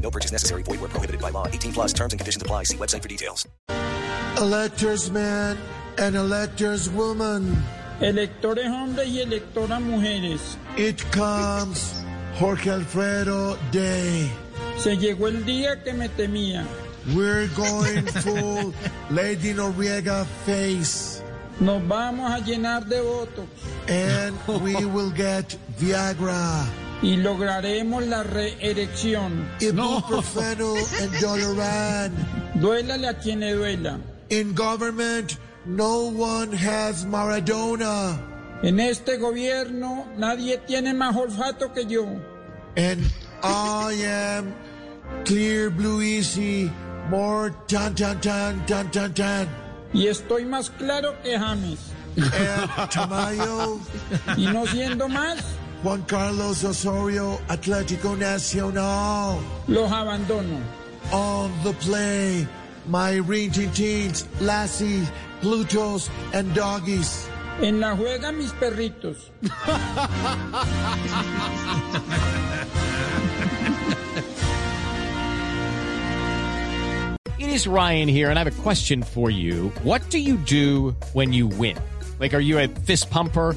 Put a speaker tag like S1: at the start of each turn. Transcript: S1: No purchase necessary. Void where prohibited by law. 18 plus terms and conditions apply. See website for details.
S2: Electors man and electors woman.
S3: Electores hombres y electoras mujeres.
S2: It comes Jorge Alfredo Day.
S3: Se llegó el día que me temía.
S2: We're going full Lady Noriega face.
S3: Nos vamos a llenar de votos
S2: And we will get Viagra,
S3: y lograremos la reerección.
S2: ibuprofenol, and Doloran.
S3: Duélale a quien le duela.
S2: In government, no one has Maradona.
S3: En este gobierno nadie tiene más olfato que yo.
S2: And I am clear blue easy, more tan tan tan tan tan tan.
S3: Y estoy más claro que James.
S2: And Tamayo,
S3: Y no siendo más,
S2: Juan Carlos Osorio, Atlético Nacional.
S3: los abandono.
S2: On the play, my ring teens, lassies, Plutos, and doggies.
S3: En la juega mis perritos.
S4: It is Ryan here, and I have a question for you. What do you do when you win? Like, are you a fist pumper?